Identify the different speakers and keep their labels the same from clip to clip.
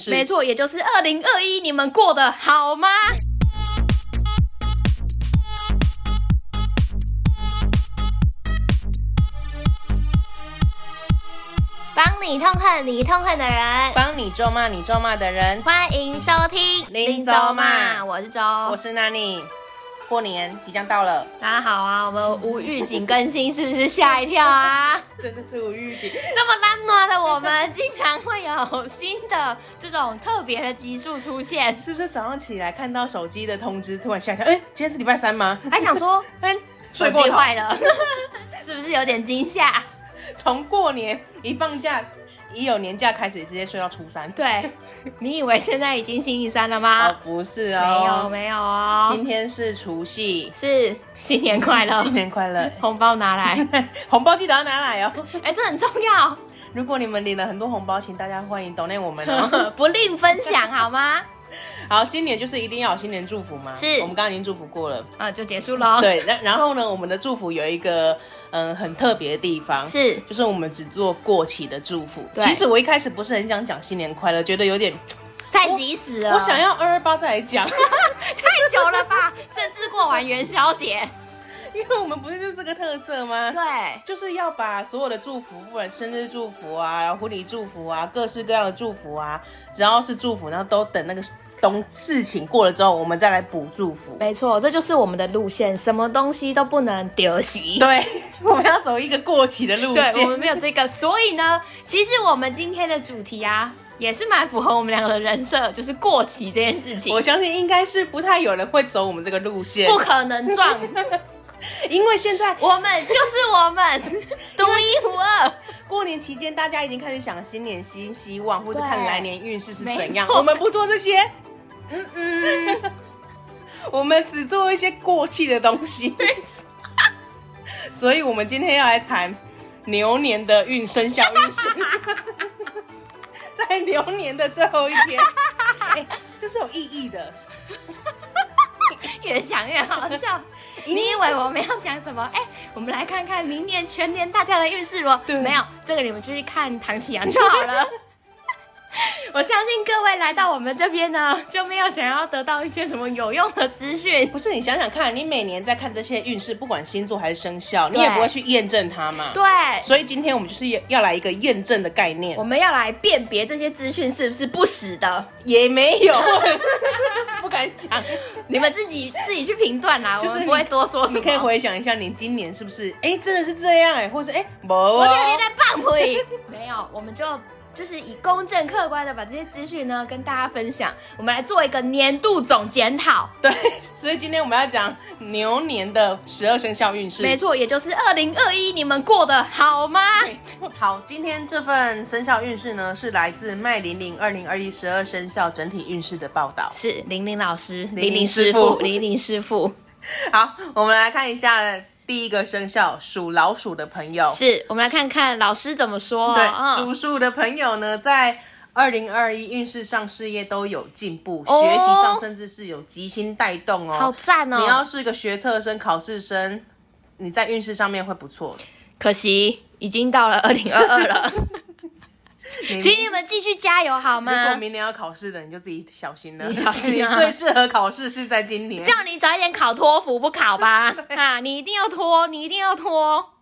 Speaker 1: 就是
Speaker 2: 没错，也就是二零二一，你们过得好吗？
Speaker 3: 帮你痛恨你痛恨的人，
Speaker 1: 帮你咒骂你咒骂的人。
Speaker 3: 欢迎收听
Speaker 1: 林州嘛
Speaker 3: 我是周，
Speaker 1: 我是 Nani，过年即将到了，
Speaker 2: 大家好啊，我们无预警更新，是不是吓一跳啊？
Speaker 1: 真的是无预警。
Speaker 2: 这么懒暖的我们，竟然会有新的这种特别的集数出现，
Speaker 1: 是不是早上起来看到手机的通知，突然吓一跳？哎、今天是礼拜三吗？
Speaker 2: 还想 说，嗯，
Speaker 1: 睡
Speaker 2: 手
Speaker 1: 过头
Speaker 2: 机坏 了，是不是有点惊吓？
Speaker 1: 从过年一放假，一有年假开始，直接睡到初三。
Speaker 2: 对，你以为现在已经星期三了吗？
Speaker 1: 哦，不是
Speaker 2: 啊没
Speaker 1: 哦，
Speaker 2: 有，没有哦
Speaker 1: 今，天是除夕，
Speaker 2: 是新年快乐
Speaker 1: 新，年快乐！
Speaker 2: 红包拿来，
Speaker 1: 红包记得要拿来哦。
Speaker 2: 哎，这很重要。
Speaker 1: 如果你们领了很多红包，请大家欢迎 donate 我 们哦。
Speaker 2: 不吝分享好吗？
Speaker 1: 好，今年就是一定要有新年祝福嘛。
Speaker 2: 是
Speaker 1: 我们刚刚已经祝福过了。
Speaker 2: 啊，就结束喽。，
Speaker 1: 对，然然后呢，我们的祝福有一个嗯很特别的地方，
Speaker 2: 是
Speaker 1: 就是我们只做过期的祝福。
Speaker 2: 对
Speaker 1: 其实我一开始不是很想讲新年快乐，觉得有点
Speaker 2: 太及时了，
Speaker 1: 我想要二二八再来讲，
Speaker 2: 太久了吧？甚至过完元宵 节，
Speaker 1: 因为我们不是就是这个特色吗？
Speaker 2: 对，啊
Speaker 1: 就是要把所有的祝福，不管生日祝福啊、婚礼祝福啊、各式各样的祝福啊，只要是祝福，然后都等那个东事情过了之后，我们再来补祝福。
Speaker 2: 没错，这就是我们的路线，什么东西都不能丢席。
Speaker 1: 对， 我们要走一个过期的路
Speaker 2: 对，我
Speaker 1: 线。
Speaker 2: 们没有这个，所以呢，其实我们今天的主题啊，也是蛮符合我们两个的人设，就是过期这件事情
Speaker 1: 我，相信应该是不太有人会走我们这个路线
Speaker 2: 不，可能 撞。
Speaker 1: 因为现在
Speaker 2: 我们就是我 们，独一无二。
Speaker 1: 过年期间，大家已经开始想新年新希望，或是
Speaker 2: 对
Speaker 1: 看来年运势是怎样。
Speaker 2: 没错
Speaker 1: 我们不做这 些，嗯嗯，我们只做一些过气的 东西。所以，我们今天要来谈牛年的运生肖运 势，在牛年的最后一 天，哎这是有意义的。
Speaker 2: 越想越好笑。你以为我们要讲什么？哎、我们来看看明年全年大家的运势咯。
Speaker 1: 对
Speaker 2: 没有这个，你们就去看唐启阳就好 了。我相信各位来到我们这边呢，就没有想要得到一些什么有用的资讯。
Speaker 1: 不是你想想看，你每年在看这些运势，不管星座还是生肖，你
Speaker 2: 对
Speaker 1: 也不会去验证它嘛。
Speaker 2: 对，
Speaker 1: 所以今天我们就是要来一个验证的概念
Speaker 2: 我。们要来辨别这些资讯是不是不实的，
Speaker 1: 也没有， 不敢讲。
Speaker 2: 你们自己自己去评断啦，
Speaker 1: 哎就是
Speaker 2: 我
Speaker 1: 你
Speaker 2: 们不会多说什
Speaker 1: 你
Speaker 2: 么。
Speaker 1: 可以回想一下，你今年是不是哎、真的是这样哎、或是哎没
Speaker 2: 我
Speaker 1: 哦
Speaker 2: 觉得你在放屁。没有，我们就就是以公正客观的把这些资讯呢跟大家分享，我们来做一个年度总检讨。
Speaker 1: 对，所以今天我们要讲牛年的十二生肖运势。
Speaker 2: 没错，也就是二零二一，你们过得好吗？
Speaker 1: 没错。好，今天这份生肖运势呢，是来自麦玲玲二零二一十二生肖整体运势的报道。
Speaker 2: 是玲玲老师，
Speaker 1: 玲
Speaker 2: 玲
Speaker 1: 玲
Speaker 2: 玲
Speaker 1: 师
Speaker 2: 师
Speaker 1: 傅
Speaker 2: 傅，玲玲师傅，
Speaker 1: 好，我们来看一下第一个生肖属老鼠的朋友。
Speaker 2: 是我们来看看老师怎么说、哦。
Speaker 1: 对，叔叔的朋友呢，在二零二一运势上、事业都有进步，
Speaker 2: 哦
Speaker 1: 学习上甚至是有吉星带动哦。
Speaker 2: 好赞哦
Speaker 1: 你要是个学测生、考试生，你在运势上面会不错的。
Speaker 2: 可惜已经到了二零二二 了，
Speaker 1: 你
Speaker 2: 请你们继续加油好
Speaker 1: 如果
Speaker 2: 吗？
Speaker 1: 明年要考试的，你就自己小心了。
Speaker 2: 你小心啊
Speaker 1: 你最适合考试是在今 年。
Speaker 2: 叫你早一点考托福，不考 吧？啊，你一定要拖，你一定要拖。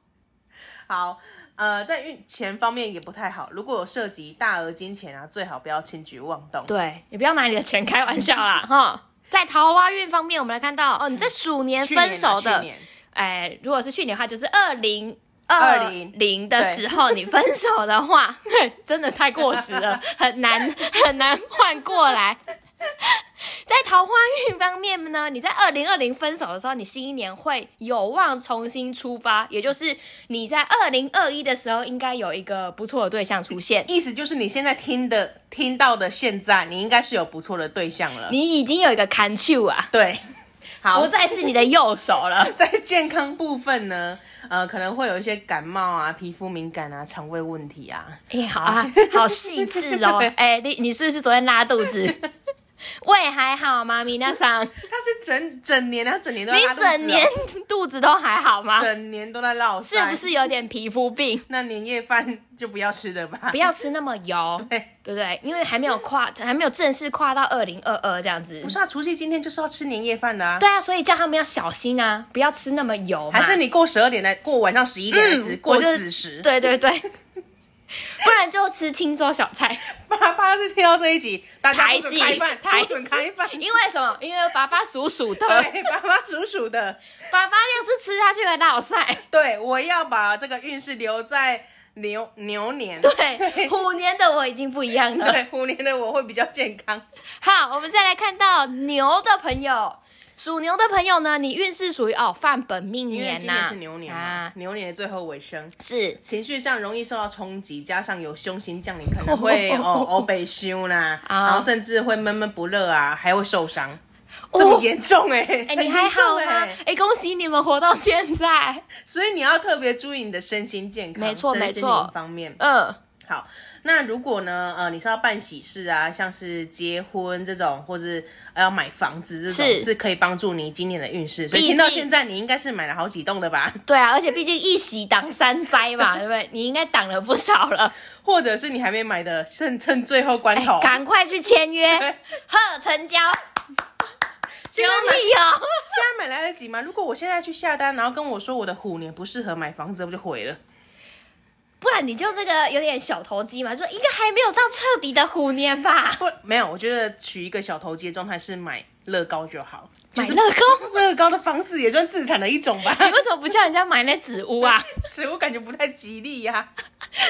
Speaker 1: 好。呃，在运钱方面也不太好，如果有涉及大额金钱啊，最好不要轻举妄动。
Speaker 2: 对，你不要拿你的钱开玩笑啦，哈。在桃花运方面，我们来看到哦，你在鼠年
Speaker 1: 去年啊
Speaker 2: 分手的
Speaker 1: 去，年
Speaker 2: 哎，如果是去年的话，就是二零二
Speaker 1: 20
Speaker 2: 零的时候你分手的话， 真的太过时了，很难 很难换过来。在桃花运方面呢，你在二零二零分手的时候，你新一年会有望重新出发，也就是你在二零二一的时候应该有一个不错的对象出现。
Speaker 1: 意思就是你现在听的听到的，现在你应该是有不错的对象了。
Speaker 2: 你已经有一个 can you 啊，
Speaker 1: 对， 好
Speaker 2: 不，再是你的右手了。
Speaker 1: 在健康部分呢，呃，可能会有一些感冒啊、皮肤敏感啊、肠胃问题啊。
Speaker 2: 哎、好啊，好细致哦
Speaker 1: 对。
Speaker 2: 哎、你你是不是昨天拉肚子？胃还好吗？米娜桑，你
Speaker 1: 他是整整年，他整年都在拉肚子哦啊
Speaker 2: 整年肚子都还好吗？
Speaker 1: 整年都在落
Speaker 2: 是
Speaker 1: 腮，
Speaker 2: 不？是有点皮肤病？
Speaker 1: 那年夜饭就不要吃了吧
Speaker 2: 不。要吃那么油，
Speaker 1: 对
Speaker 2: 对不对？因为还没有跨，还没有正式跨到二零二二这样子
Speaker 1: 不。是啊，除夕今天就是要吃年夜饭的啊。
Speaker 2: 对啊，所以叫他们要小心啊，不要吃那么油嘛。
Speaker 1: 还是你过十二点来，过晚上十一点来吃，
Speaker 2: 嗯
Speaker 1: 过
Speaker 2: 我就
Speaker 1: 子时。，
Speaker 2: 对对对，不然就吃青州小 菜。
Speaker 1: 爸爸是听到这一集，大家
Speaker 2: 台
Speaker 1: 不准
Speaker 2: 戏
Speaker 1: 开饭，
Speaker 2: 台
Speaker 1: 不准开饭。呃
Speaker 2: 因为什么？因为爸爸属鼠的，
Speaker 1: 对，爸爸属鼠的，
Speaker 2: 爸爸要是吃下去会落 晒。
Speaker 1: 对我要把这个运势留在牛牛年。
Speaker 2: 对，虎年的我已经不一 样了。
Speaker 1: 对，虎年的我会比较健 康。
Speaker 2: 好，我们再来看到牛的朋友，属牛的朋友呢，你运势属于哦犯本命
Speaker 1: 因为
Speaker 2: 年
Speaker 1: 今
Speaker 2: 呐、啊
Speaker 1: 年是牛年嘛，，牛年的最后尾声，
Speaker 2: 是
Speaker 1: 情绪上容易受到冲击，加上有凶星降临，可能 会哦哦被凶啦，
Speaker 2: 啊哦
Speaker 1: 然后甚至会闷闷不乐啊，还会受伤，这么严重哎、欸！
Speaker 2: 哎、
Speaker 1: 很
Speaker 2: 你
Speaker 1: 严
Speaker 2: 还好
Speaker 1: 重
Speaker 2: 吗？
Speaker 1: 欸
Speaker 2: 哎、恭喜你们活到现在。
Speaker 1: 所以你要特别注意你的身心健康，
Speaker 2: 没错
Speaker 1: 身
Speaker 2: 没
Speaker 1: 心
Speaker 2: 错
Speaker 1: 灵方面。
Speaker 2: 嗯，
Speaker 1: 好，那如果呢，呃，你是要办喜事啊，像是结婚这种，或是呃要买房子这种，
Speaker 2: 是
Speaker 1: 是可以帮助你今年的运势。所以
Speaker 2: 毕
Speaker 1: 听到
Speaker 2: 竟
Speaker 1: 现在，你应该是买了好几栋的吧？
Speaker 2: 对啊，而且毕竟一喜挡三灾 嘛，对不对？你应该挡了不少了，
Speaker 1: 或者是你还没买的，趁趁最后关
Speaker 2: 哎、
Speaker 1: 头，
Speaker 2: 赶快去签 约，
Speaker 1: 对
Speaker 2: 贺成 交，
Speaker 1: 去
Speaker 2: 有
Speaker 1: 那买
Speaker 2: 理哦。
Speaker 1: 现在买来得及吗？如果我现在去下单，然后跟我说我的虎年不适合买房子，我就毁了。
Speaker 2: 不然你就这个有点小投机嘛，说应该还没有到彻底的虎年吧，
Speaker 1: 不，没有，我觉得取一个小投机的状态是买乐高就好，就
Speaker 2: 买
Speaker 1: 是
Speaker 2: 乐高。
Speaker 1: 乐高的房子也算自产的一种吧。
Speaker 2: 你为什么不叫人家买那纸屋啊？
Speaker 1: 植物感觉不太吉利呀、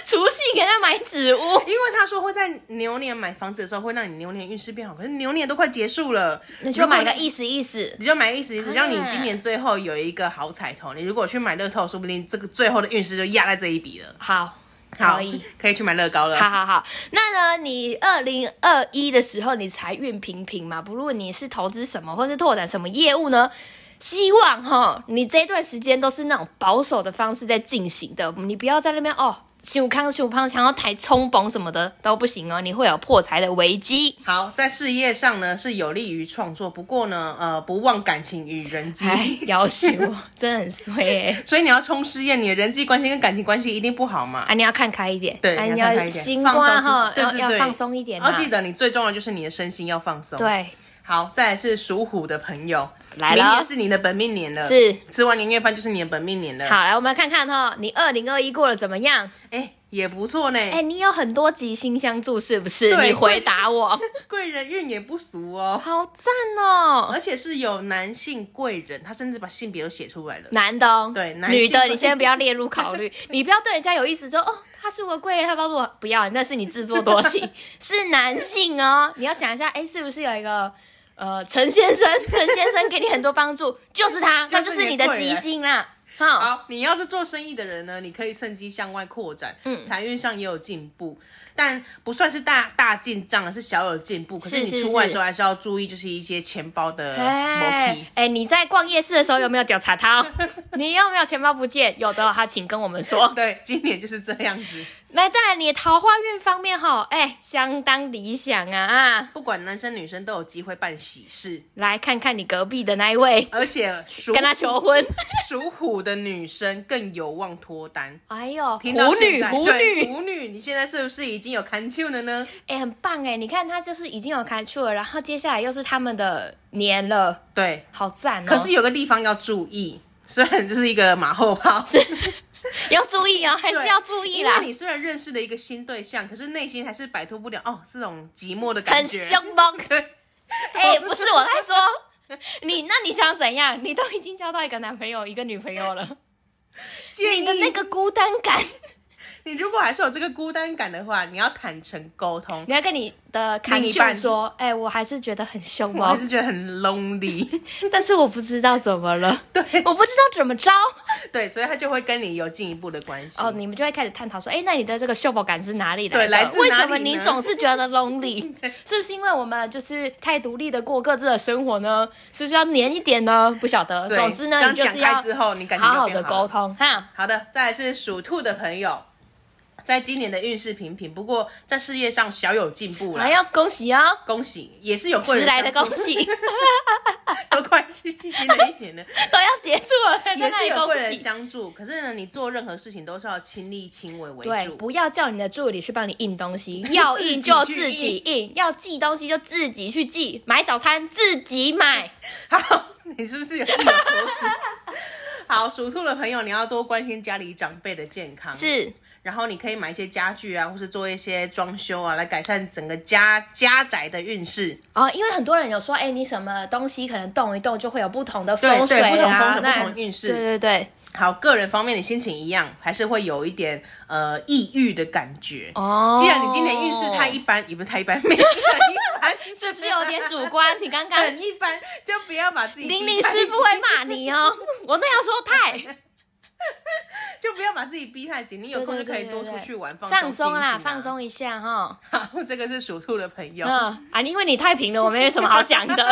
Speaker 2: 除夕给他买纸屋，
Speaker 1: 因为他说会在牛年买房子的时候会让你牛年运势变好，可是牛年都快结束了，
Speaker 2: 那就买个
Speaker 1: 如果你
Speaker 2: 意思意思。
Speaker 1: 你就买个意思意思，
Speaker 2: 啊
Speaker 1: 让你今年最后有一个好彩头。你如果去买乐透，说不定这个最后的运势就压在这一笔了。
Speaker 2: 好，
Speaker 1: 好
Speaker 2: 可以。，
Speaker 1: 可以去买乐高了。
Speaker 2: 好好好，那呢？你二零二一的时候，你财运平平嘛？不论你是投资什么，或是拓展什么业务呢，希望哈，你这段时间都是那种保守的方式在进行的，你不要在那边哦，修康修康，想要抬冲崩什么的都不行哦，你会有破财的危机。
Speaker 1: 好，在事业上呢是有利于创作，不过呢，呃，不忘感情与人际，
Speaker 2: 哎，要死我，真的很衰哎、
Speaker 1: 所以你要冲事业，你的人际关系跟感情关系一定不好嘛。
Speaker 2: 啊，你要看开一点，
Speaker 1: 对
Speaker 2: 啊、
Speaker 1: 你
Speaker 2: 你
Speaker 1: 要看开一点
Speaker 2: 心
Speaker 1: 放
Speaker 2: 宽
Speaker 1: 松
Speaker 2: 哈，
Speaker 1: 自己
Speaker 2: 要
Speaker 1: 对对
Speaker 2: 要
Speaker 1: 对
Speaker 2: 放松一点、
Speaker 1: 然
Speaker 2: 啊，
Speaker 1: 后记得你最重要的就是你的身心要放松。，
Speaker 2: 对，
Speaker 1: 好，再来是属虎的朋友，
Speaker 2: 来
Speaker 1: 明
Speaker 2: 了
Speaker 1: 年是你的本命年了，
Speaker 2: 是。
Speaker 1: 吃完年夜饭就是你的本命年了。，
Speaker 2: 好，来我们来看看哈，你二零二一过得怎么样？
Speaker 1: 哎，也不错呢，
Speaker 2: 哎、你有很多集新相助是不是？
Speaker 1: 对
Speaker 2: 你回答我，
Speaker 1: 贵人运也不俗哦，
Speaker 2: 好赞哦、
Speaker 1: 而且是有男性贵人，他甚至把性别都写出来了。
Speaker 2: 男的哦，
Speaker 1: 对男性
Speaker 2: 女的
Speaker 1: 会
Speaker 2: 你先不要列入考 虑，你不要对人家有意思说哦，他是我的贵人，他帮助我，不要，那是你自作多 情，是男性哦，你要想一下，哎、是不是有一个？呃，陈先 生，陈先生给你很多帮助，就是他，
Speaker 1: 就是
Speaker 2: 那就是
Speaker 1: 你
Speaker 2: 你
Speaker 1: 的
Speaker 2: 的
Speaker 1: 贵人啊
Speaker 2: 吉星啦。好，
Speaker 1: 好，你要是做生意的人呢，你可以趁机向外扩展，嗯，财运上也有进步，但不算是大大进账，是小有进步。可是
Speaker 2: 是
Speaker 1: 你
Speaker 2: 是
Speaker 1: 出外的
Speaker 2: 是
Speaker 1: 时候还是要注意，就是一些钱包的磨
Speaker 2: 哎
Speaker 1: 皮。
Speaker 2: 哎，你在逛夜市的时候有没有调查他哦？你有没有钱包不见？有的话，请跟我们说。
Speaker 1: 对，今年就是这样子。
Speaker 2: 来，再来你的桃花运方面哈，哎，相当理想啊啊！
Speaker 1: 不管男生女生都有机会办喜事，
Speaker 2: 来看看你隔壁的那一位，
Speaker 1: 而且属
Speaker 2: 跟他求婚。
Speaker 1: 属虎的女生更有望脱单。
Speaker 2: 哎呦，
Speaker 1: 听到
Speaker 2: 虎
Speaker 1: 现
Speaker 2: 女
Speaker 1: 在
Speaker 2: 虎
Speaker 1: 对
Speaker 2: 女，
Speaker 1: 虎女，你现在是不是已经有 can t 了呢？
Speaker 2: 哎，很棒哎！你看他就是已经有开出了，然后接下来又是他们的年了，
Speaker 1: 对，
Speaker 2: 好赞哦！
Speaker 1: 可是有个地方要注意，虽然这是一个马后炮，是
Speaker 2: 要注意哦，还是要注意啦
Speaker 1: 因为，你虽然认识了一个新对象，可是内心还是摆脱不了哦这种寂寞的感
Speaker 2: 很
Speaker 1: 觉。
Speaker 2: 凶猛。
Speaker 1: 对，
Speaker 2: 哎、不是我在说你，那你想怎样？你都已经交到一个男朋友、一个女朋友 了，
Speaker 1: 建议
Speaker 2: 你的那个孤单感，
Speaker 1: 你如果还是有这个孤单感的话，你要坦诚沟通。
Speaker 2: 你要跟你的
Speaker 1: 另
Speaker 2: 看
Speaker 1: 一
Speaker 2: 秀
Speaker 1: 半
Speaker 2: 说，哎、我还是觉得很凶
Speaker 1: 我还
Speaker 2: 猛
Speaker 1: 是，觉得很 lonely，
Speaker 2: 但是我不知道怎么了，对，我不知道怎么着。
Speaker 1: 对，所以他就会跟你有进一步的关系。
Speaker 2: 哦，你们就会开始探讨说，哎、那你的这个秀宝感是哪里来的？
Speaker 1: 对来自
Speaker 2: 为
Speaker 1: 哪
Speaker 2: 什
Speaker 1: 里
Speaker 2: 么你
Speaker 1: 呢
Speaker 2: 总是觉得 lonely？是不是因为我们就是太独立的过各自的生活呢？是不是要黏一点呢？不晓得。
Speaker 1: 对
Speaker 2: 总之呢，
Speaker 1: 当
Speaker 2: 你就
Speaker 1: 讲
Speaker 2: 是要
Speaker 1: 开之后，你感觉
Speaker 2: 好
Speaker 1: 就
Speaker 2: 好
Speaker 1: 变
Speaker 2: 的
Speaker 1: 好了
Speaker 2: 沟通哈。
Speaker 1: 好的，再来是属兔的朋友，在今年的运势平平，不过在事业上小有进步
Speaker 2: 还
Speaker 1: 了。
Speaker 2: 要恭喜哦，
Speaker 1: 恭喜，也是有贵
Speaker 2: 迟
Speaker 1: 人
Speaker 2: 来的
Speaker 1: 相
Speaker 2: 恭
Speaker 1: 助，
Speaker 2: 喜
Speaker 1: 都快新的一年了，
Speaker 2: 都要结束了才在
Speaker 1: 也
Speaker 2: 那
Speaker 1: 是
Speaker 2: 里
Speaker 1: 有
Speaker 2: 恭
Speaker 1: 贵人
Speaker 2: 喜。
Speaker 1: 相助。可是呢，你做任何事情都是要亲力亲为为
Speaker 2: 对，
Speaker 1: 主。
Speaker 2: 不要叫你的助理去帮你印东 西，要印就自己印，要寄东西就自己去寄，买早餐自己买。
Speaker 1: 好，你是不是有意有所指？好，属兔的朋友，你要多关心家里长辈的健康，，
Speaker 2: 是，
Speaker 1: 然后你可以买一些家具啊，或是做一些装修啊，来改善整个家家宅的运势。
Speaker 2: 哦，因为很多人有说，哎、你什么东西可能动一动就会有不同的
Speaker 1: 对
Speaker 2: 风水
Speaker 1: 对不同风
Speaker 2: 啊
Speaker 1: 水，
Speaker 2: 那
Speaker 1: 不同运势
Speaker 2: 对对对，
Speaker 1: 好，个人方面，你心情一样，还是会有一点呃抑郁的感觉。
Speaker 2: 哦，
Speaker 1: 既然你今年运势太一般，也不是太一般，没有很一 般，
Speaker 2: 是不是有点主观？你刚刚
Speaker 1: 很一般，就不要把自 己
Speaker 2: 玲
Speaker 1: 逼
Speaker 2: 玲
Speaker 1: 太
Speaker 2: 师傅
Speaker 1: 紧
Speaker 2: 会骂你 哦，我那样说太
Speaker 1: 就不要把自己逼太紧，你有空就可以多出去玩，
Speaker 2: 放
Speaker 1: 松
Speaker 2: 松
Speaker 1: 心情
Speaker 2: 啦，
Speaker 1: 啊
Speaker 2: 放。松一下哈。
Speaker 1: 好，这个是属兔的朋友，
Speaker 2: 嗯啊，因为你太平了，我没有什么好讲的。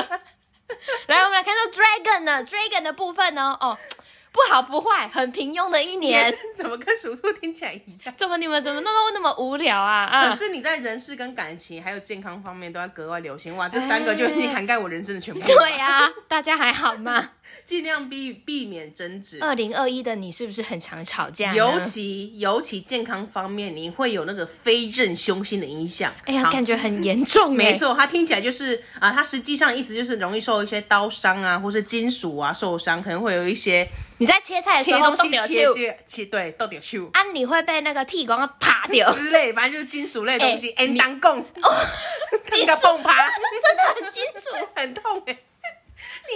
Speaker 2: 来，我们来看到 Dragon 的 Dragon 的部分呢，哦，不好不坏，很平庸的一
Speaker 1: 也
Speaker 2: 年
Speaker 1: 是。怎么跟属兔听起来一样？
Speaker 2: 怎么你们怎么都那么无聊啊
Speaker 1: 可
Speaker 2: 啊！
Speaker 1: 是你在人事跟感情还有健康方面都要格外留心哇！这三个就已经涵盖我人生的全部了。
Speaker 2: 哎对呀、大家还好吗？
Speaker 1: 尽量避避免争执，嗯
Speaker 2: 二零二一的你是不是很常吵架呢？
Speaker 1: 尤其尤其健康方面，你会有那个非正凶心的影响。
Speaker 2: 哎呀，
Speaker 1: 好
Speaker 2: 感觉很严重、欸。
Speaker 1: 没，错，它听起来就是啊、它实际上意思就是容易受一些刀伤啊，或是金属啊受伤，可能会有一些
Speaker 2: 你在切菜的
Speaker 1: 切
Speaker 2: 时候
Speaker 1: 东
Speaker 2: 动
Speaker 1: 西
Speaker 2: 点
Speaker 1: 切
Speaker 2: 手，
Speaker 1: 掉，切对豆点去
Speaker 2: 啊，你会被那个剃光啪掉，
Speaker 1: 之类，反正就是金属类的东西。
Speaker 2: 哎
Speaker 1: 哎、当供， 这个蹦趴
Speaker 2: 真的很清楚，
Speaker 1: 很痛哎、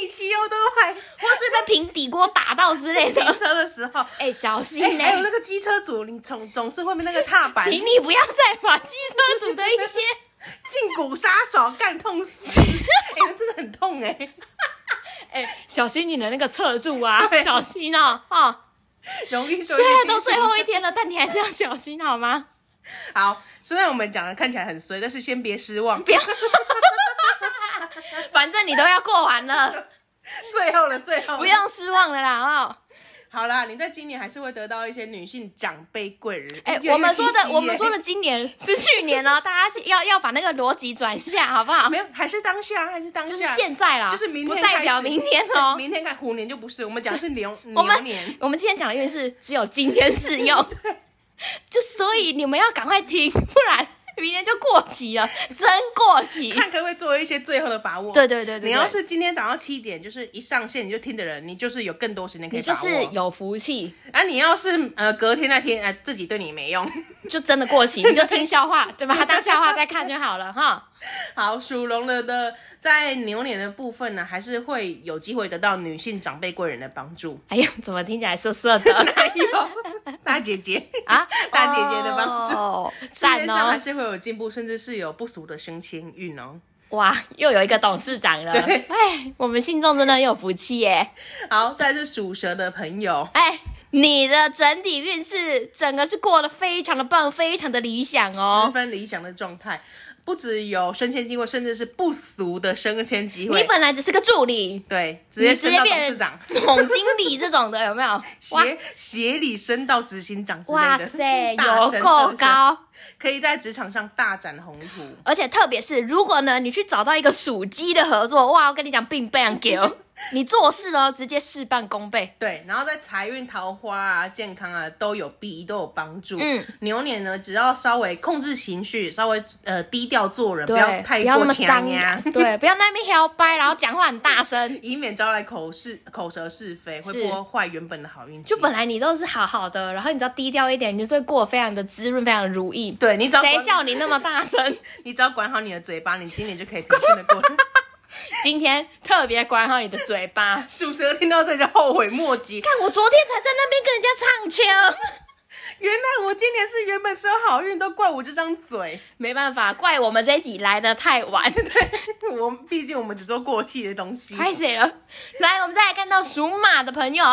Speaker 1: 你骑欧都还
Speaker 2: 或是被平底锅打到之类的
Speaker 1: 停。车的时 候，
Speaker 2: 哎、小心
Speaker 1: 哎、
Speaker 2: 呢、
Speaker 1: 还有那个机车组，你总总是会被那个踏板
Speaker 2: 请你不要再把机车组的一些，
Speaker 1: 胫骨杀手干痛死，哎、那真的很痛哎、
Speaker 2: 哎、小心你的那个侧柱啊，
Speaker 1: 对
Speaker 2: 小心哦、哦。
Speaker 1: 容易受
Speaker 2: 虽
Speaker 1: 一些
Speaker 2: 然
Speaker 1: 金
Speaker 2: 都
Speaker 1: 属
Speaker 2: 最后
Speaker 1: 伤
Speaker 2: 一天了，但你还是要小心好吗？
Speaker 1: 好，虽然我们讲的看起来很衰，但是先别 失望，
Speaker 2: 不要，反正你都要过完了，
Speaker 1: 最后了，最后了
Speaker 2: 不。用失望了啦哦。
Speaker 1: 好啦，你在今年还是会得到一些女性长辈贵人。
Speaker 2: 哎、
Speaker 1: 越来越
Speaker 2: 我们说
Speaker 1: 清晰
Speaker 2: 的
Speaker 1: 耶
Speaker 2: 我们说的今年是去年哦，大家要要把那个逻辑转一下，好不好？
Speaker 1: 没有，还是当下，还是当下，
Speaker 2: 就是现在啦，
Speaker 1: 就是明
Speaker 2: 啊
Speaker 1: 天
Speaker 2: 不
Speaker 1: 开
Speaker 2: 代
Speaker 1: 始
Speaker 2: 表明天哦。
Speaker 1: 明天看虎年就不是，我们讲的是牛
Speaker 2: 我
Speaker 1: 牛
Speaker 2: 们
Speaker 1: 年。
Speaker 2: 我们今天讲的运势只有今天适 用，就所以你们要赶快听，不然明天就过期了，真过期。
Speaker 1: 看可不可以做一些最后的把握。
Speaker 2: 对对对对对
Speaker 1: 你要是今天早上七点就是一上线你就听的人，你就是有更多时间可
Speaker 2: 你
Speaker 1: 以
Speaker 2: 就
Speaker 1: 把握。
Speaker 2: 是有福气，
Speaker 1: 啊，你要是呃隔天那天啊、自己对你没用。
Speaker 2: 就真的过期，你就听笑 话，就把它当笑话再看就好了哈。
Speaker 1: 好，属龙的的在牛年的部分呢，还是会有机会得到女性长辈贵人的帮助。
Speaker 2: 哎呀，怎么听起来涩涩 的
Speaker 1: 哎呦，大姐姐，
Speaker 2: 啊？
Speaker 1: 大姐姐的帮助
Speaker 2: 哦，
Speaker 1: 事业
Speaker 2: 赞
Speaker 1: 上还
Speaker 2: 哦！
Speaker 1: 是会有进步，甚至是有不俗的升迁运哦。
Speaker 2: 哇，又有一个董事长了，
Speaker 1: 对
Speaker 2: 哎，我们信众真的很有福气耶！
Speaker 1: 好，再来是属蛇的朋友，
Speaker 2: 哎，你的整体运势整个是过得非常的棒，非常的理想哦，
Speaker 1: 十分理想的状态，不只有升迁机会，甚至是不俗的升迁机
Speaker 2: 你
Speaker 1: 会。
Speaker 2: 本来只是个助理，
Speaker 1: 对，直
Speaker 2: 你
Speaker 1: 接
Speaker 2: 直
Speaker 1: 升
Speaker 2: 接
Speaker 1: 到董
Speaker 2: 变
Speaker 1: 事长，
Speaker 2: 总经理这种的，有没 有？哇
Speaker 1: 协协理升到执行长之类的。
Speaker 2: 哇塞，
Speaker 1: 大
Speaker 2: 有
Speaker 1: 升
Speaker 2: 够，
Speaker 1: 大升
Speaker 2: 高！
Speaker 1: 可以在职场上大展宏图。
Speaker 2: 而且特别是如果呢，你去找到一个属鸡的合作，哇，我跟你讲，并非常 g 你做事哦，直接事半功倍。
Speaker 1: 对，然后在财运、桃花啊、健康啊都有裨益，都有帮助。
Speaker 2: 嗯，
Speaker 1: 牛年呢，只要稍微控制情绪，稍微呃低调做人，不
Speaker 2: 对，
Speaker 1: 太
Speaker 2: 不要那
Speaker 1: 过
Speaker 2: 么
Speaker 1: 强
Speaker 2: 张
Speaker 1: 呀
Speaker 2: 扬，， 对，不要那边摇摆，然后讲话很大声。
Speaker 1: 以免招来口是口舌是非，会
Speaker 2: 是
Speaker 1: 破坏原本的好运气。
Speaker 2: 就本来你都是好好的，然后你只要低调一点，你就是会过得非常的滋润，非常的如意。
Speaker 1: 对你只要
Speaker 2: 谁
Speaker 1: 管
Speaker 2: 叫你那么大声？
Speaker 1: 你只要管好你的嘴巴，你今年就可以平顺的过。
Speaker 2: 今天特别管好你的嘴巴。
Speaker 1: 属蛇听到这就后悔莫及，
Speaker 2: 看我昨天才在那边跟人家唱秋，
Speaker 1: 原来我今年是原本是有好运，都怪我这张嘴。
Speaker 2: 没办法，怪我们这一集来的 太晚，
Speaker 1: 我毕竟我们只做过气的东西。
Speaker 2: 拍谁了？来，我们再来看到属马的朋友，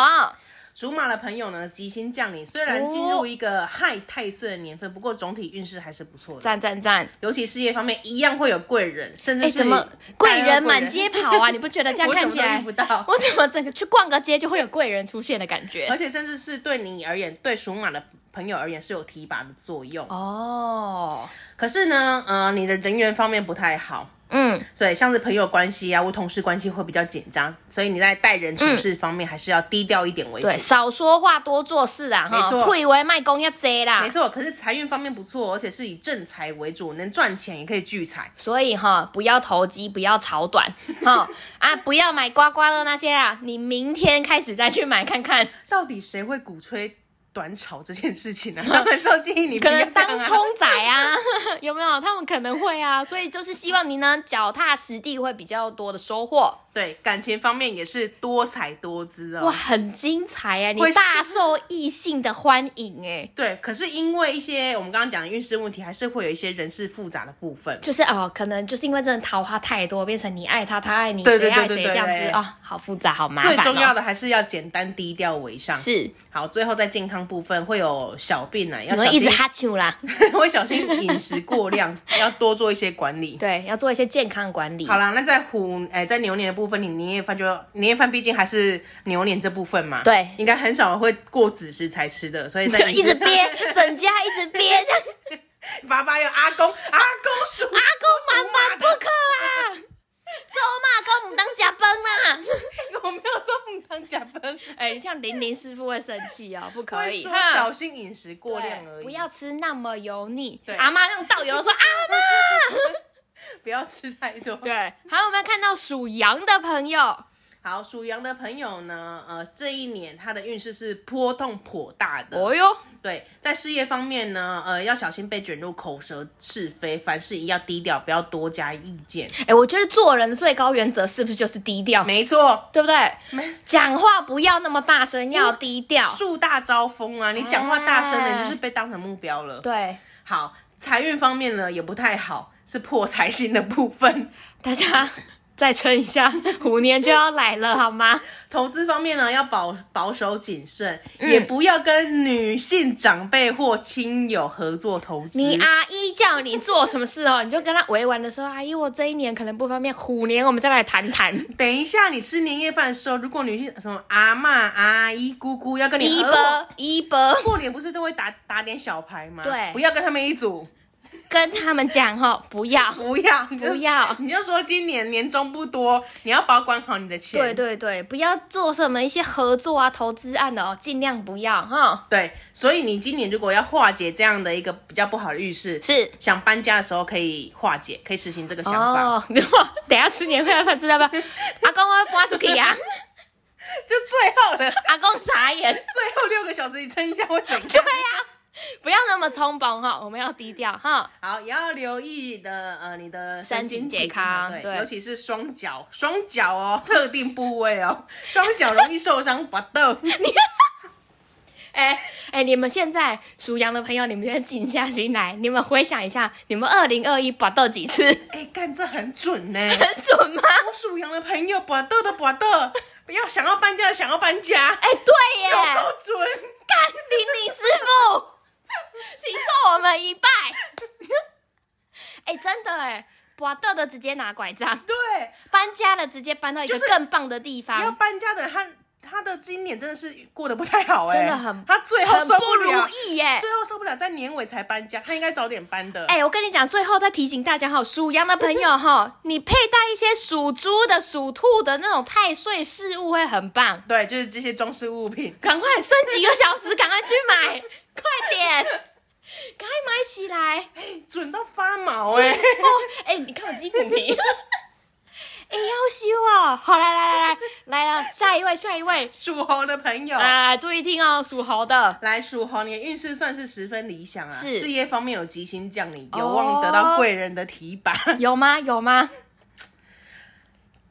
Speaker 1: 属马的朋友呢，吉星降临，虽然进入一个亥太岁的年份，不过总体运势还是不错的。
Speaker 2: 赞赞赞！
Speaker 1: 尤其事业方面，一样会有贵人，甚
Speaker 2: 哎，
Speaker 1: 至是
Speaker 2: 怎么贵人满街跑 啊？你不觉得这
Speaker 1: 大家
Speaker 2: 样
Speaker 1: 贵人？
Speaker 2: 看起
Speaker 1: 我怎么都
Speaker 2: 来
Speaker 1: 遇不到。
Speaker 2: 我怎么整个去逛个街就会有贵人出现的感觉
Speaker 1: 而？且甚至是对你而言，对属马的朋友而言是有提拔的作用。
Speaker 2: 哦，
Speaker 1: 可是呢，呃，你的人缘方面不太好，
Speaker 2: 嗯，
Speaker 1: 所以像是朋友关系啊或同事关系会比较紧张，所以你在待人处事方面还是要低调一点为主。
Speaker 2: 对，少说话多做事啊，
Speaker 1: 没
Speaker 2: 哈，
Speaker 1: 错
Speaker 2: 退为卖公要贼啦
Speaker 1: 没。错，可是财运方面不错，而且是以正财为主，能赚钱也可以聚财。
Speaker 2: 所以哈，不要投机，不要炒短， 哈啊，不要买刮刮乐那些啊，你明天开始再去买看看。
Speaker 1: 到底谁会鼓吹短炒这件 事情呢、当然是要建议你不
Speaker 2: 可
Speaker 1: 要
Speaker 2: 能
Speaker 1: 这样
Speaker 2: 当
Speaker 1: 啊。
Speaker 2: 冲仔啊， 有没有？他们可能会啊，所以就是希望你呢脚踏实地，会比较多的收获。
Speaker 1: 对，感情方面也是多彩多姿
Speaker 2: 哇，
Speaker 1: 哦。
Speaker 2: 很精彩啊！你
Speaker 1: 会是
Speaker 2: 大受异性的欢迎哎、
Speaker 1: 对，可是因为一些我们刚刚讲的运势问题，还是会有一些人事复杂的部分。
Speaker 2: 就是哦，可能就是因为真的桃花太多，变成你爱他，他爱你，
Speaker 1: 对
Speaker 2: 谁
Speaker 1: 对对
Speaker 2: 爱
Speaker 1: 对
Speaker 2: 谁
Speaker 1: 对
Speaker 2: 这样
Speaker 1: 对
Speaker 2: 子啊，好复杂，好麻烦、
Speaker 1: 最
Speaker 2: 哦。
Speaker 1: 重要的还是要简单低调为上。
Speaker 2: 是，
Speaker 1: 好，最后在健康部分会有小病啊，要
Speaker 2: 你
Speaker 1: 小
Speaker 2: 会一
Speaker 1: 心
Speaker 2: 直，哈啾啦，
Speaker 1: 会小心饮食过量，要多做一些管理。
Speaker 2: 对，要做一些健康管理。
Speaker 1: 好啦，那在虎哎、在牛年的部分，你年夜饭就年夜饭毕竟还是牛年这部分嘛，
Speaker 2: 对
Speaker 1: 应该很少会过子时才吃的，所以在
Speaker 2: 就
Speaker 1: 你
Speaker 2: 一直
Speaker 1: 身上
Speaker 2: 憋，整家一直憋，这样
Speaker 1: 爸爸有阿公，阿公属
Speaker 2: 阿公满满不可 啊！走嘛，跟我们当假崩啊！
Speaker 1: 我没有说不当加分，
Speaker 2: 哎、你像玲玲师傅会生气哦，不可
Speaker 1: 会
Speaker 2: 以
Speaker 1: 说
Speaker 2: 哈
Speaker 1: 小心饮食过量
Speaker 2: 对
Speaker 1: 而已，
Speaker 2: 不要吃那么油腻
Speaker 1: 对。
Speaker 2: 阿妈让倒油的时候，阿妈。
Speaker 1: 不要吃太多。
Speaker 2: 对，还有没有看到属羊的朋
Speaker 1: 嗯
Speaker 2: 友？
Speaker 1: 好，属羊的朋友呢，呃，这一年他的运势是波动颇大的，
Speaker 2: 哦哟，
Speaker 1: 对，在事业方面呢，呃，要小心被卷入口舌是非，凡事一定要低调，不要多加意见。
Speaker 2: 哎、我觉得做人的最高原则是不是就是低调？
Speaker 1: 没错，
Speaker 2: 对不对
Speaker 1: 没？嗯
Speaker 2: 讲话不要那么大声，要低调。
Speaker 1: 树大招风啊！你讲话大声的，
Speaker 2: 哎
Speaker 1: 你就是被当成目标了。
Speaker 2: 对，
Speaker 1: 好，财运方面呢也不太好，是破财星的部 分。
Speaker 2: 大 家再撑一下，虎年就要来了，好吗？
Speaker 1: 投资方面呢要保保守谨慎，
Speaker 2: 嗯
Speaker 1: 也不要跟女性长辈或亲友合作投资。
Speaker 2: 你啊阿姨叫你做什么事哦，你就跟她委婉的说：“阿姨，我这一年可能不方便，虎年我们再来谈谈。
Speaker 1: 等一下，你吃年夜饭的时候，如果女性什么阿嬷、阿姨、姑姑要”跟你
Speaker 2: 一
Speaker 1: 合伙
Speaker 2: 波一波，
Speaker 1: 过年不是都会打打点小牌吗？
Speaker 2: 对
Speaker 1: 不要跟他们一组，
Speaker 2: 跟他们讲哦，不要。
Speaker 1: 不要，不
Speaker 2: 不要
Speaker 1: 你就说今年年终不多，你要保管好你的钱。
Speaker 2: 对对对，不要做什么一些合作啊、投资案的哦，尽量不要哈。
Speaker 1: 对所以你今年如果要化解这样的一个比较不好的运势，
Speaker 2: 是
Speaker 1: 想搬家的时候可以化解，可以实行这个想法。
Speaker 2: 哦，等一下吃年夜饭知道吧？阿公我要 搬出去 呀、啊，
Speaker 1: 就最后的
Speaker 2: 阿公傻眼。
Speaker 1: 最后六个小时，你撑一下会怎
Speaker 2: 对
Speaker 1: 样？
Speaker 2: 呀、不要那么冲动哈，我们要低调哈。
Speaker 1: 好，也要留意的呃，你的
Speaker 2: 身
Speaker 1: 身心
Speaker 2: 体
Speaker 1: 体
Speaker 2: 健康
Speaker 1: 对，
Speaker 2: 对
Speaker 1: 尤其是双脚，双脚哦，特定部位哦，双脚容易受伤，拔 豆。
Speaker 2: 哎、哎、你们现在属羊的朋友，你们先静下心来，你们回想一下，你们二零二一搏斗 几次，
Speaker 1: 哎、干这很准呢、
Speaker 2: 很准吗？
Speaker 1: 我属羊的朋友，把豆的把豆，不要想要搬家的想要搬家，
Speaker 2: 哎、对耶，
Speaker 1: 够准。
Speaker 2: 干林林师 傅，请受我们一拜。 哎、真的哎，搏斗的直接拿拐杖，
Speaker 1: 对，
Speaker 2: 搬家的直接搬到一个
Speaker 1: 就是
Speaker 2: 更棒的地方，
Speaker 1: 要搬家的他他的今年真的是过得不太好哎、
Speaker 2: 真的很
Speaker 1: 他最后
Speaker 2: 很
Speaker 1: 受
Speaker 2: 不
Speaker 1: 不
Speaker 2: 如
Speaker 1: 了，
Speaker 2: 意耶。
Speaker 1: 最后受不了，在年尾才搬家，他应该早点搬的。
Speaker 2: 哎、我跟你讲，最后再提醒大家 哈，属羊的朋友哈，你佩戴一些属猪的、属兔的那种太岁饰物会很棒。
Speaker 1: 对，就是这些装饰物品。
Speaker 2: 赶快剩几个小时，赶快去 买，快点，赶快买起来！
Speaker 1: 准到发毛哎、
Speaker 2: 哦，哎、你看我鸡骨皮，哎、要修哦。好，来来来来来了，下一位，下一位
Speaker 1: 属猴的朋友。
Speaker 2: 啊、注意听哦，属猴的。
Speaker 1: 来属猴，你的运势算是十分理想啊，
Speaker 2: 是
Speaker 1: 事业方面有吉星降临，有
Speaker 2: 哦
Speaker 1: 望得到贵人的提拔，
Speaker 2: 有吗？有吗？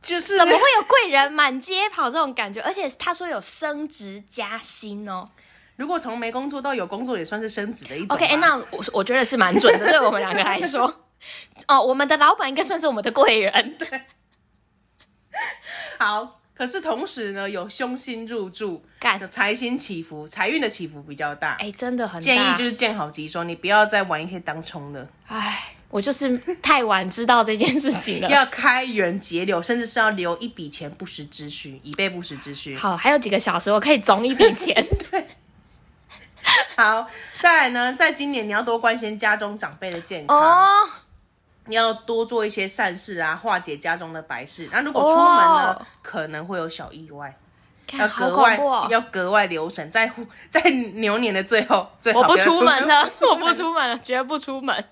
Speaker 1: 就是
Speaker 2: 怎么会有贵人满街跑这种感觉？而且他说有升职加薪哦。
Speaker 1: 如果从没工作到有工作，也算是升职的一种吧。
Speaker 2: OK，、哎那我我觉得是蛮准的，对我们两个来说。哦，我们的老板应该算是我们的贵人。
Speaker 1: 好，可是同时呢，有凶星入住，
Speaker 2: 干
Speaker 1: 有财星起伏，财运的起伏比较大。
Speaker 2: 哎、真的很大
Speaker 1: 建议就是见好即收，你不要再玩一些当冲的，
Speaker 2: 哎，我就是太晚知道这件事情了。
Speaker 1: 要开源节流，甚至是要留一笔钱不时之需，以备不时之需。
Speaker 2: 好，还有几个小时，我可以总一笔钱。
Speaker 1: 好，再来呢，在今年你要多关心家中长辈的健康，
Speaker 2: 哦，
Speaker 1: 你要多做一些善事啊，化解家中的白事。那如果出门呢，
Speaker 2: 哦
Speaker 1: 可能会有小意外，要
Speaker 2: 看好
Speaker 1: 格
Speaker 2: 恐
Speaker 1: 外、
Speaker 2: 怖、哦！
Speaker 1: 要格外留神，在乎在牛年的最后，最好
Speaker 2: 我不
Speaker 1: 要
Speaker 2: 出门 了，我不
Speaker 1: 门
Speaker 2: 出门了，绝不出门。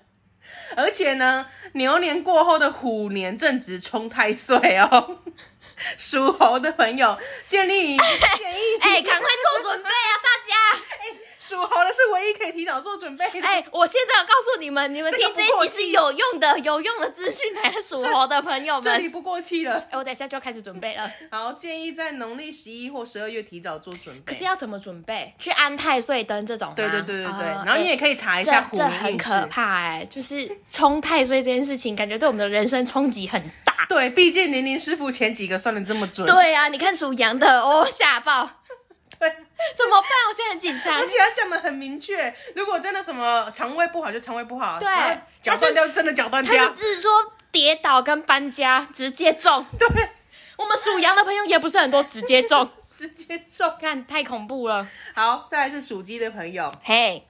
Speaker 1: 而且呢，牛年过后的虎年正值冲太岁哦。 属猴的朋友，建议建议
Speaker 2: 哎、赶快做准备啊，大家！
Speaker 1: 属猴的是唯一可以提早做准备的。
Speaker 2: 哎、我现在要告诉你们，你们听这
Speaker 1: 这个不
Speaker 2: 一
Speaker 1: 过
Speaker 2: 集是有用的、有用的资讯来的属猴的朋友
Speaker 1: 这
Speaker 2: 们。
Speaker 1: 里不过期了。
Speaker 2: 哎、我等一下就要开始准备了。
Speaker 1: 好，建议在农历十一或十二月提早做准备。
Speaker 2: 可是要怎么准备？去安太岁灯这种吗？
Speaker 1: 对对对对对，
Speaker 2: 哦
Speaker 1: 然后你也
Speaker 2: 哎
Speaker 1: 可以查一
Speaker 2: 这
Speaker 1: 下虎
Speaker 2: 这
Speaker 1: 年
Speaker 2: 很
Speaker 1: 运势
Speaker 2: 可。怕哎、就是冲太岁这件事情，感觉对我们的人生冲击很大。
Speaker 1: 对，毕竟零零师傅前几个算的这么准，
Speaker 2: 对啊，你看属羊的哦，吓爆！
Speaker 1: 对，
Speaker 2: 怎么办？我现在很紧张
Speaker 1: 而。且他讲的很明确。如果真的什么肠胃不好，就肠胃不好；
Speaker 2: 对
Speaker 1: 然后脚断掉就真的脚断
Speaker 2: 他是
Speaker 1: 掉。
Speaker 2: 自说跌倒跟搬家直接中。
Speaker 1: 对，
Speaker 2: 我们属羊的朋友也不是很多，直接中。
Speaker 1: 直接中。
Speaker 2: 看，太恐怖了。
Speaker 1: 好，再来是属鸡的朋友。
Speaker 2: 嘿、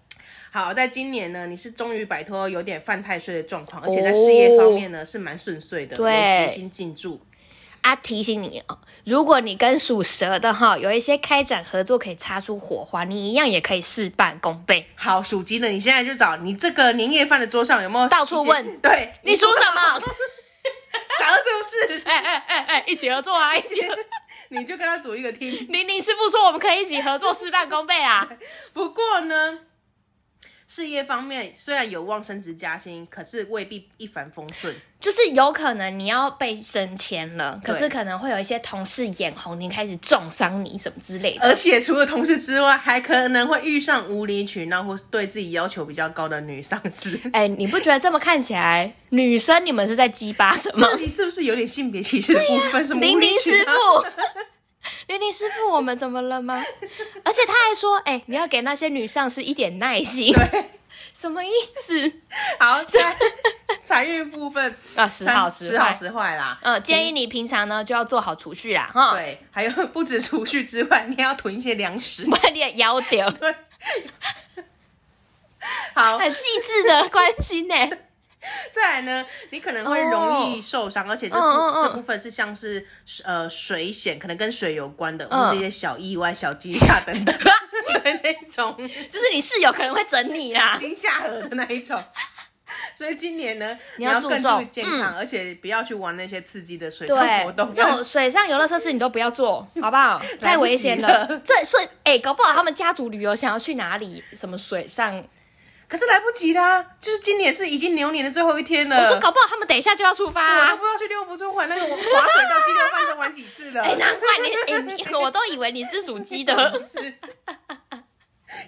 Speaker 1: 好，在今年呢，你是终于摆脱有点犯太岁的状况，而且在事业方面呢、是蛮顺遂的，
Speaker 2: 哦对
Speaker 1: 有吉星进驻。
Speaker 2: 啊，提醒你哦，如果你跟属蛇的哈有一些开展合作可以擦出火花，你一样也可以事半功倍。
Speaker 1: 好，属鸡的，你现在就找你这个年夜饭的桌上有没有
Speaker 2: 到处
Speaker 1: 一些
Speaker 2: 问？
Speaker 1: 对，
Speaker 2: 你属什 么？
Speaker 1: 啥是不是？
Speaker 2: 哎哎哎哎，一起合作啊！一起合作。
Speaker 1: 你就跟他组一个 team。
Speaker 2: 玲玲师傅说我们可以一起合作事半功倍啊！
Speaker 1: 不过呢，事业方面虽然有望升职加薪，可是未必一帆风顺。
Speaker 2: 就是有可能你要被升迁了，可
Speaker 1: 对
Speaker 2: 是可能会有一些同事眼红你，开始重伤你什么之类的。
Speaker 1: 而且除了同事之外，还可能会遇上无理取闹或是对自己要求比较高的女上司。
Speaker 2: 哎、你不觉得这么看起来，女生你们是在鸡巴什么
Speaker 1: 这？里是不是有点性别歧视的部分？什么无
Speaker 2: 玲
Speaker 1: 理
Speaker 2: 玲
Speaker 1: 取
Speaker 2: 师
Speaker 1: 闹
Speaker 2: 傅， 玲玲师傅，我们怎么了吗？而且他还说，哎、你要给那些女上司一点耐心，
Speaker 1: 对，
Speaker 2: 什么意思
Speaker 1: 好，在财运部分，
Speaker 2: 啊？时
Speaker 1: 三
Speaker 2: 好
Speaker 1: 时
Speaker 2: 时
Speaker 1: 好
Speaker 2: 坏，
Speaker 1: 时坏啦。
Speaker 2: 嗯，建议你平常呢就要做好储蓄啦，哈，
Speaker 1: 对，还有不止储蓄之外，你还要囤一些粮 食。
Speaker 2: 不然你也腰掉，
Speaker 1: 对，好，
Speaker 2: 很细致的关心呢、
Speaker 1: 再来呢，你可能会容易受伤，而且这部、
Speaker 2: 嗯嗯嗯
Speaker 1: 这部分是像是呃水险，可能跟水有关的，
Speaker 2: 嗯
Speaker 1: 或是一些小意外、小惊吓 等等对那种
Speaker 2: 就是你室友可能会整你啦。
Speaker 1: 惊吓河的那一种。所以今年呢，
Speaker 2: 你
Speaker 1: 你
Speaker 2: 要
Speaker 1: 要
Speaker 2: 注
Speaker 1: 更
Speaker 2: 重嗯
Speaker 1: 注意健康，而且不要去玩那些刺激的水上
Speaker 2: 对，
Speaker 1: 活动。
Speaker 2: 这种水上游乐设施你都不要 做，好不好？太危险
Speaker 1: 来不及
Speaker 2: 了。这是哎、搞不好他们家族旅游想要去哪里，什么水上，
Speaker 1: 可是来不及啦、就是今年是已经牛年的最后一天了。
Speaker 2: 我说搞不好他们等一下就要出发、
Speaker 1: 我都
Speaker 2: 啊
Speaker 1: 不。知道去六福村玩那个我滑水到激流半山玩几次了。
Speaker 2: 哎、难怪你，哎、你 我都以为你是属鸡的
Speaker 1: 不。是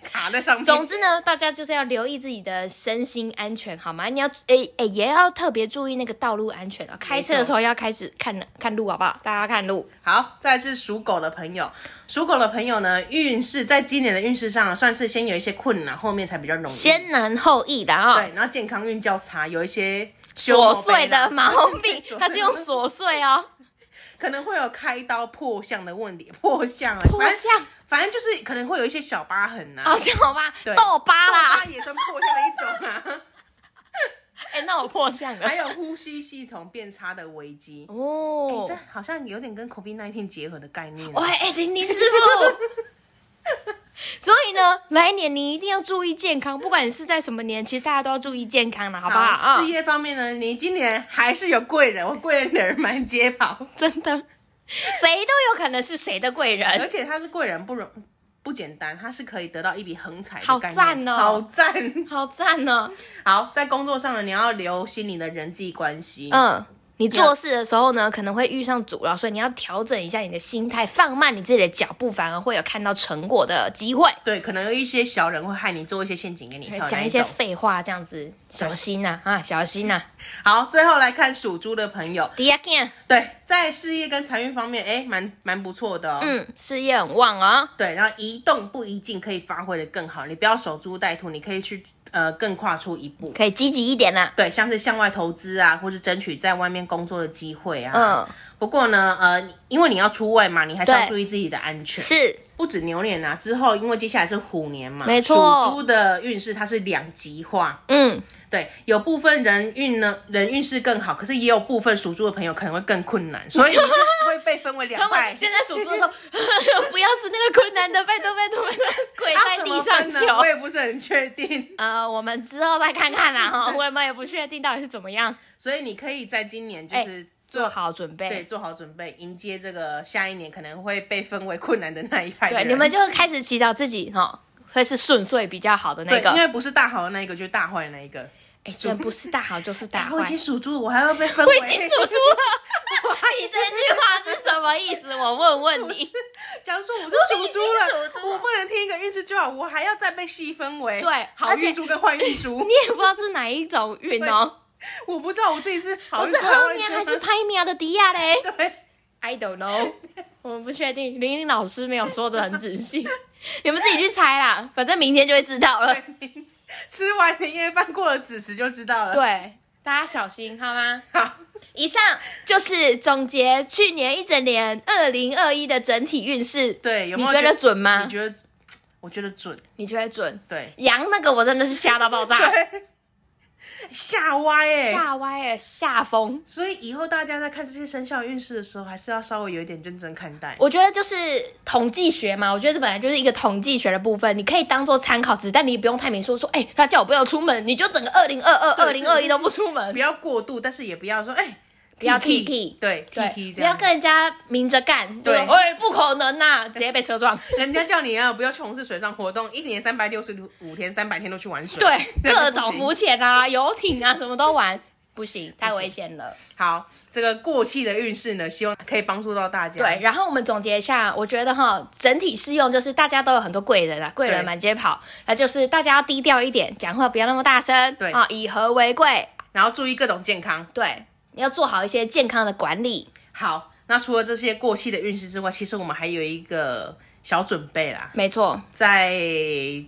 Speaker 1: 卡在上面。
Speaker 2: 总之呢，大家就是要留意自己的身心安全，好吗？你要哎哎、也要特别注意那个道路安全啊！开车的时候要开始看看路，好不好？大家看路。
Speaker 1: 好，再来是属狗的朋友，属狗的朋友呢，运势在今年的运势上算是先有一些困难，后面才比较容易。
Speaker 2: 先难后易的啊、
Speaker 1: 对，然后健康运较差，有一些修啊
Speaker 2: 琐
Speaker 1: 磨
Speaker 2: 碎
Speaker 1: 杯啦
Speaker 2: 的毛病
Speaker 1: 琐碎，的
Speaker 2: 它是用琐碎哦，
Speaker 1: 可能会有开刀破相的问题，破相啊，
Speaker 2: 破
Speaker 1: 反正
Speaker 2: 相
Speaker 1: 反正就是可能会有一些小疤痕呐、啊。
Speaker 2: 好像好吧，
Speaker 1: 对
Speaker 2: 痘疤啦
Speaker 1: 它。也算破相的一种啊，
Speaker 2: 哎、那我破相了
Speaker 1: 还。有呼吸系统变差的危 机，
Speaker 2: 哦
Speaker 1: 哎这，好像有点跟 COVID 1 9结合的概念。
Speaker 2: 喂，哎、林林师傅。所以呢，来年你一定要注意健康，不管你是在什么年，其实大家都要注意健康了，好不好啊？
Speaker 1: 事业方面呢，你今年还是有贵人，我贵人人蛮接跑，
Speaker 2: 啊真的，谁都有可能是谁的贵
Speaker 1: 而
Speaker 2: 人。
Speaker 1: 且他是贵人不容不简单，他是可以得到一笔横财的
Speaker 2: 好
Speaker 1: 概念
Speaker 2: 赞哦
Speaker 1: 好赞！
Speaker 2: 好赞呢、哦
Speaker 1: 好，在工作上呢，你要留心你的人际关系，
Speaker 2: 嗯，你做事的时候呢，可能会遇上阻挠，所以你要调整一下你的心态，放慢你自己的脚步，反而会有看到成果的机会。
Speaker 1: 对，可能有一些小人会害你做一些陷阱给你跳。
Speaker 2: 讲一些废话，这样子小心呐啊小心呐、
Speaker 1: 好，最后来看属猪的朋友，
Speaker 2: 第二件，
Speaker 1: 对，在事业跟财运方面，哎，蛮蛮不错的哦。
Speaker 2: 嗯，事业很旺哦。
Speaker 1: 对，然后移动不一进，可以发挥的更好。你不要守株待兔，你可以去呃更跨出一步。
Speaker 2: 可以积极一点啦。
Speaker 1: 对，像是向外投资啊，或是争取在外面工作的机会啊。
Speaker 2: 嗯，
Speaker 1: 不过呢，呃，因为你要出外嘛，你还是要
Speaker 2: 对
Speaker 1: 注意自己的安全。
Speaker 2: 是
Speaker 1: 不止牛年啊，之后因为接下来是虎年嘛，
Speaker 2: 没错
Speaker 1: 属猪的运势它是两极化。
Speaker 2: 嗯，
Speaker 1: 对，有部分人运呢，人运势更好，可是也有部分属猪的朋友可能会更困难，所以你是会被分为两
Speaker 2: 他
Speaker 1: 派
Speaker 2: 们。现在数猪的时候， 不要是那个困难的，拜托拜托拜托，跪在地上
Speaker 1: 啊怎么分呢我
Speaker 2: 求。
Speaker 1: 也不是很确定。
Speaker 2: 呃，我们之后再看看啦哈，我们也不确定到底是怎么样，
Speaker 1: 所以你可以在今年就
Speaker 2: 哎
Speaker 1: 是
Speaker 2: 做好准
Speaker 1: 对，
Speaker 2: 备。
Speaker 1: 做好准备，迎接这个下一年可能会被分为困难的那一派的
Speaker 2: 对，
Speaker 1: 人。
Speaker 2: 你们就开始祈祷自己哈，会是顺遂比较好的那
Speaker 1: 对，
Speaker 2: 个
Speaker 1: 因。为不是大好的那一个，就是大坏的那一个。
Speaker 2: 哎，这不是大好就是大
Speaker 1: 啊
Speaker 2: 坏。
Speaker 1: 我已经属猪，我还要被分
Speaker 2: 我
Speaker 1: 为
Speaker 2: 已经数猪了，你这句话是什么意思？我问问你。
Speaker 1: 假如说我是属猪
Speaker 2: 我已
Speaker 1: 了
Speaker 2: 经属，猪了
Speaker 1: 我不能听一个运势就好，我还要再被细分为
Speaker 2: 对
Speaker 1: 好
Speaker 2: 而且
Speaker 1: 运猪跟坏运猪
Speaker 2: 你。也不知道是哪一种运哦，
Speaker 1: 我不知道我自己是好
Speaker 2: 我
Speaker 1: 运
Speaker 2: 是
Speaker 1: 猪
Speaker 2: 后
Speaker 1: 坏
Speaker 2: 面
Speaker 1: 运
Speaker 2: 还
Speaker 1: 猪
Speaker 2: 是拍面的迪亚嘞？
Speaker 1: 对。
Speaker 2: I don't know，我们不确定，玲玲老师没有说的很仔细， 你们自己去猜啦，反正明天就会知道了。
Speaker 1: 吃完年夜饭过了子时就知道了。，
Speaker 2: 对，大家小心好吗？
Speaker 1: 好，
Speaker 2: 以上就是总结去年一整年二零二一的整体运势，
Speaker 1: 对，有没
Speaker 2: 你
Speaker 1: 有
Speaker 2: 觉得准
Speaker 1: 你
Speaker 2: 吗？
Speaker 1: 觉得？我觉得准，
Speaker 2: 你觉得准？
Speaker 1: 对，
Speaker 2: 羊那个我真的是吓到爆炸，
Speaker 1: 吓歪哎、
Speaker 2: 吓歪了，吓疯。
Speaker 1: 所以以后大家在看这些生肖运势的时候，还是要稍微有一点认真看待。
Speaker 2: 我觉得就是统计学嘛，我觉得这本来就是一个统计学的部分，你可以当做参考值，但你也不用太明说说，哎、他叫我不要出门，你就整个二零二二、二
Speaker 1: 是
Speaker 2: 零二一都不出门
Speaker 1: 不，要过度，但是也不要说哎、
Speaker 2: 不要
Speaker 1: T
Speaker 2: TT
Speaker 1: 对 T
Speaker 2: 对，
Speaker 1: T
Speaker 2: 不
Speaker 1: 这
Speaker 2: 要
Speaker 1: 样。
Speaker 2: 跟人家明着干，
Speaker 1: 对
Speaker 2: 对，哎、不可能呐、直接被车撞，
Speaker 1: 人家叫你啊，不要从事水上活动，一年三百六十五天，三百天都去玩水。
Speaker 2: 对，
Speaker 1: 这样
Speaker 2: 各
Speaker 1: 就不行
Speaker 2: 种浮潜啊、游艇啊，什么都玩，不行，太危险了。
Speaker 1: 好，这个过气的运势呢，希望可以帮助到大家。
Speaker 2: 对，，然后我们总结一下，我觉得哈，整体适用就是大家都有很多贵人啊，贵人
Speaker 1: 对
Speaker 2: 满街跑，那就是大家要低调一点，讲话不要那么大声，
Speaker 1: 对
Speaker 2: 啊，以和为贵，
Speaker 1: 然后注意各种健康。
Speaker 2: 对，你要做好一些健康的管理。
Speaker 1: 好，那除了这些过气的运势之外，其实我们还有一个小准备啦，
Speaker 2: 没错，
Speaker 1: 在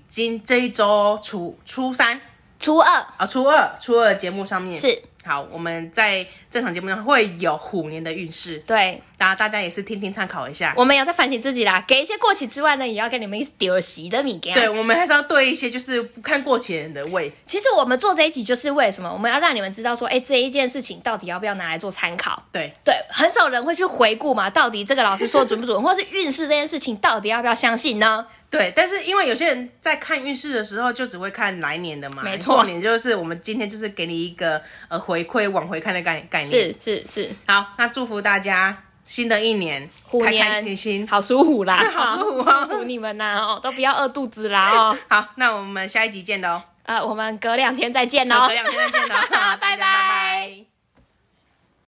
Speaker 1: 今这一周初初三
Speaker 2: 初二
Speaker 1: 啊，初二初二节目上面
Speaker 2: 是
Speaker 1: 好，我们在这场节目上会有虎年的运势，
Speaker 2: 对，
Speaker 1: 大家大家也是听听参考一下。
Speaker 2: 我们有在反省自己啦，给一些过期之外呢，也要给你们一丢席的米给。
Speaker 1: 对，，我们还是要对一些就是不看过期的人的胃。
Speaker 2: 其实我们做这一集就是为什么？我们要让你们知道说，哎，这一件事情到底要不要拿来做参考？
Speaker 1: 对，
Speaker 2: 对，很少人会去回顾嘛，到底这个老师说准不 准，或是运势这件事情到底要不要相信呢？
Speaker 1: 对，但是因为有些人在看运势的时候，就只会看来年的嘛，
Speaker 2: 没错
Speaker 1: 后年就是我们今天就是给你一个呃回馈往回看的概概念。
Speaker 2: 是是是，
Speaker 1: 好，那祝福大家新的一年
Speaker 2: 虎年
Speaker 1: 开开心心。
Speaker 2: 好舒服啦，
Speaker 1: 好舒服哦
Speaker 2: 祝福你们呐、哦，都不要饿肚子啦哦。
Speaker 1: 好，那我们下一集见喽，哦
Speaker 2: 呃，我们隔两天再见喽 ，
Speaker 1: 好隔，两天再见喽哦
Speaker 2: 拜
Speaker 1: 大家拜拜。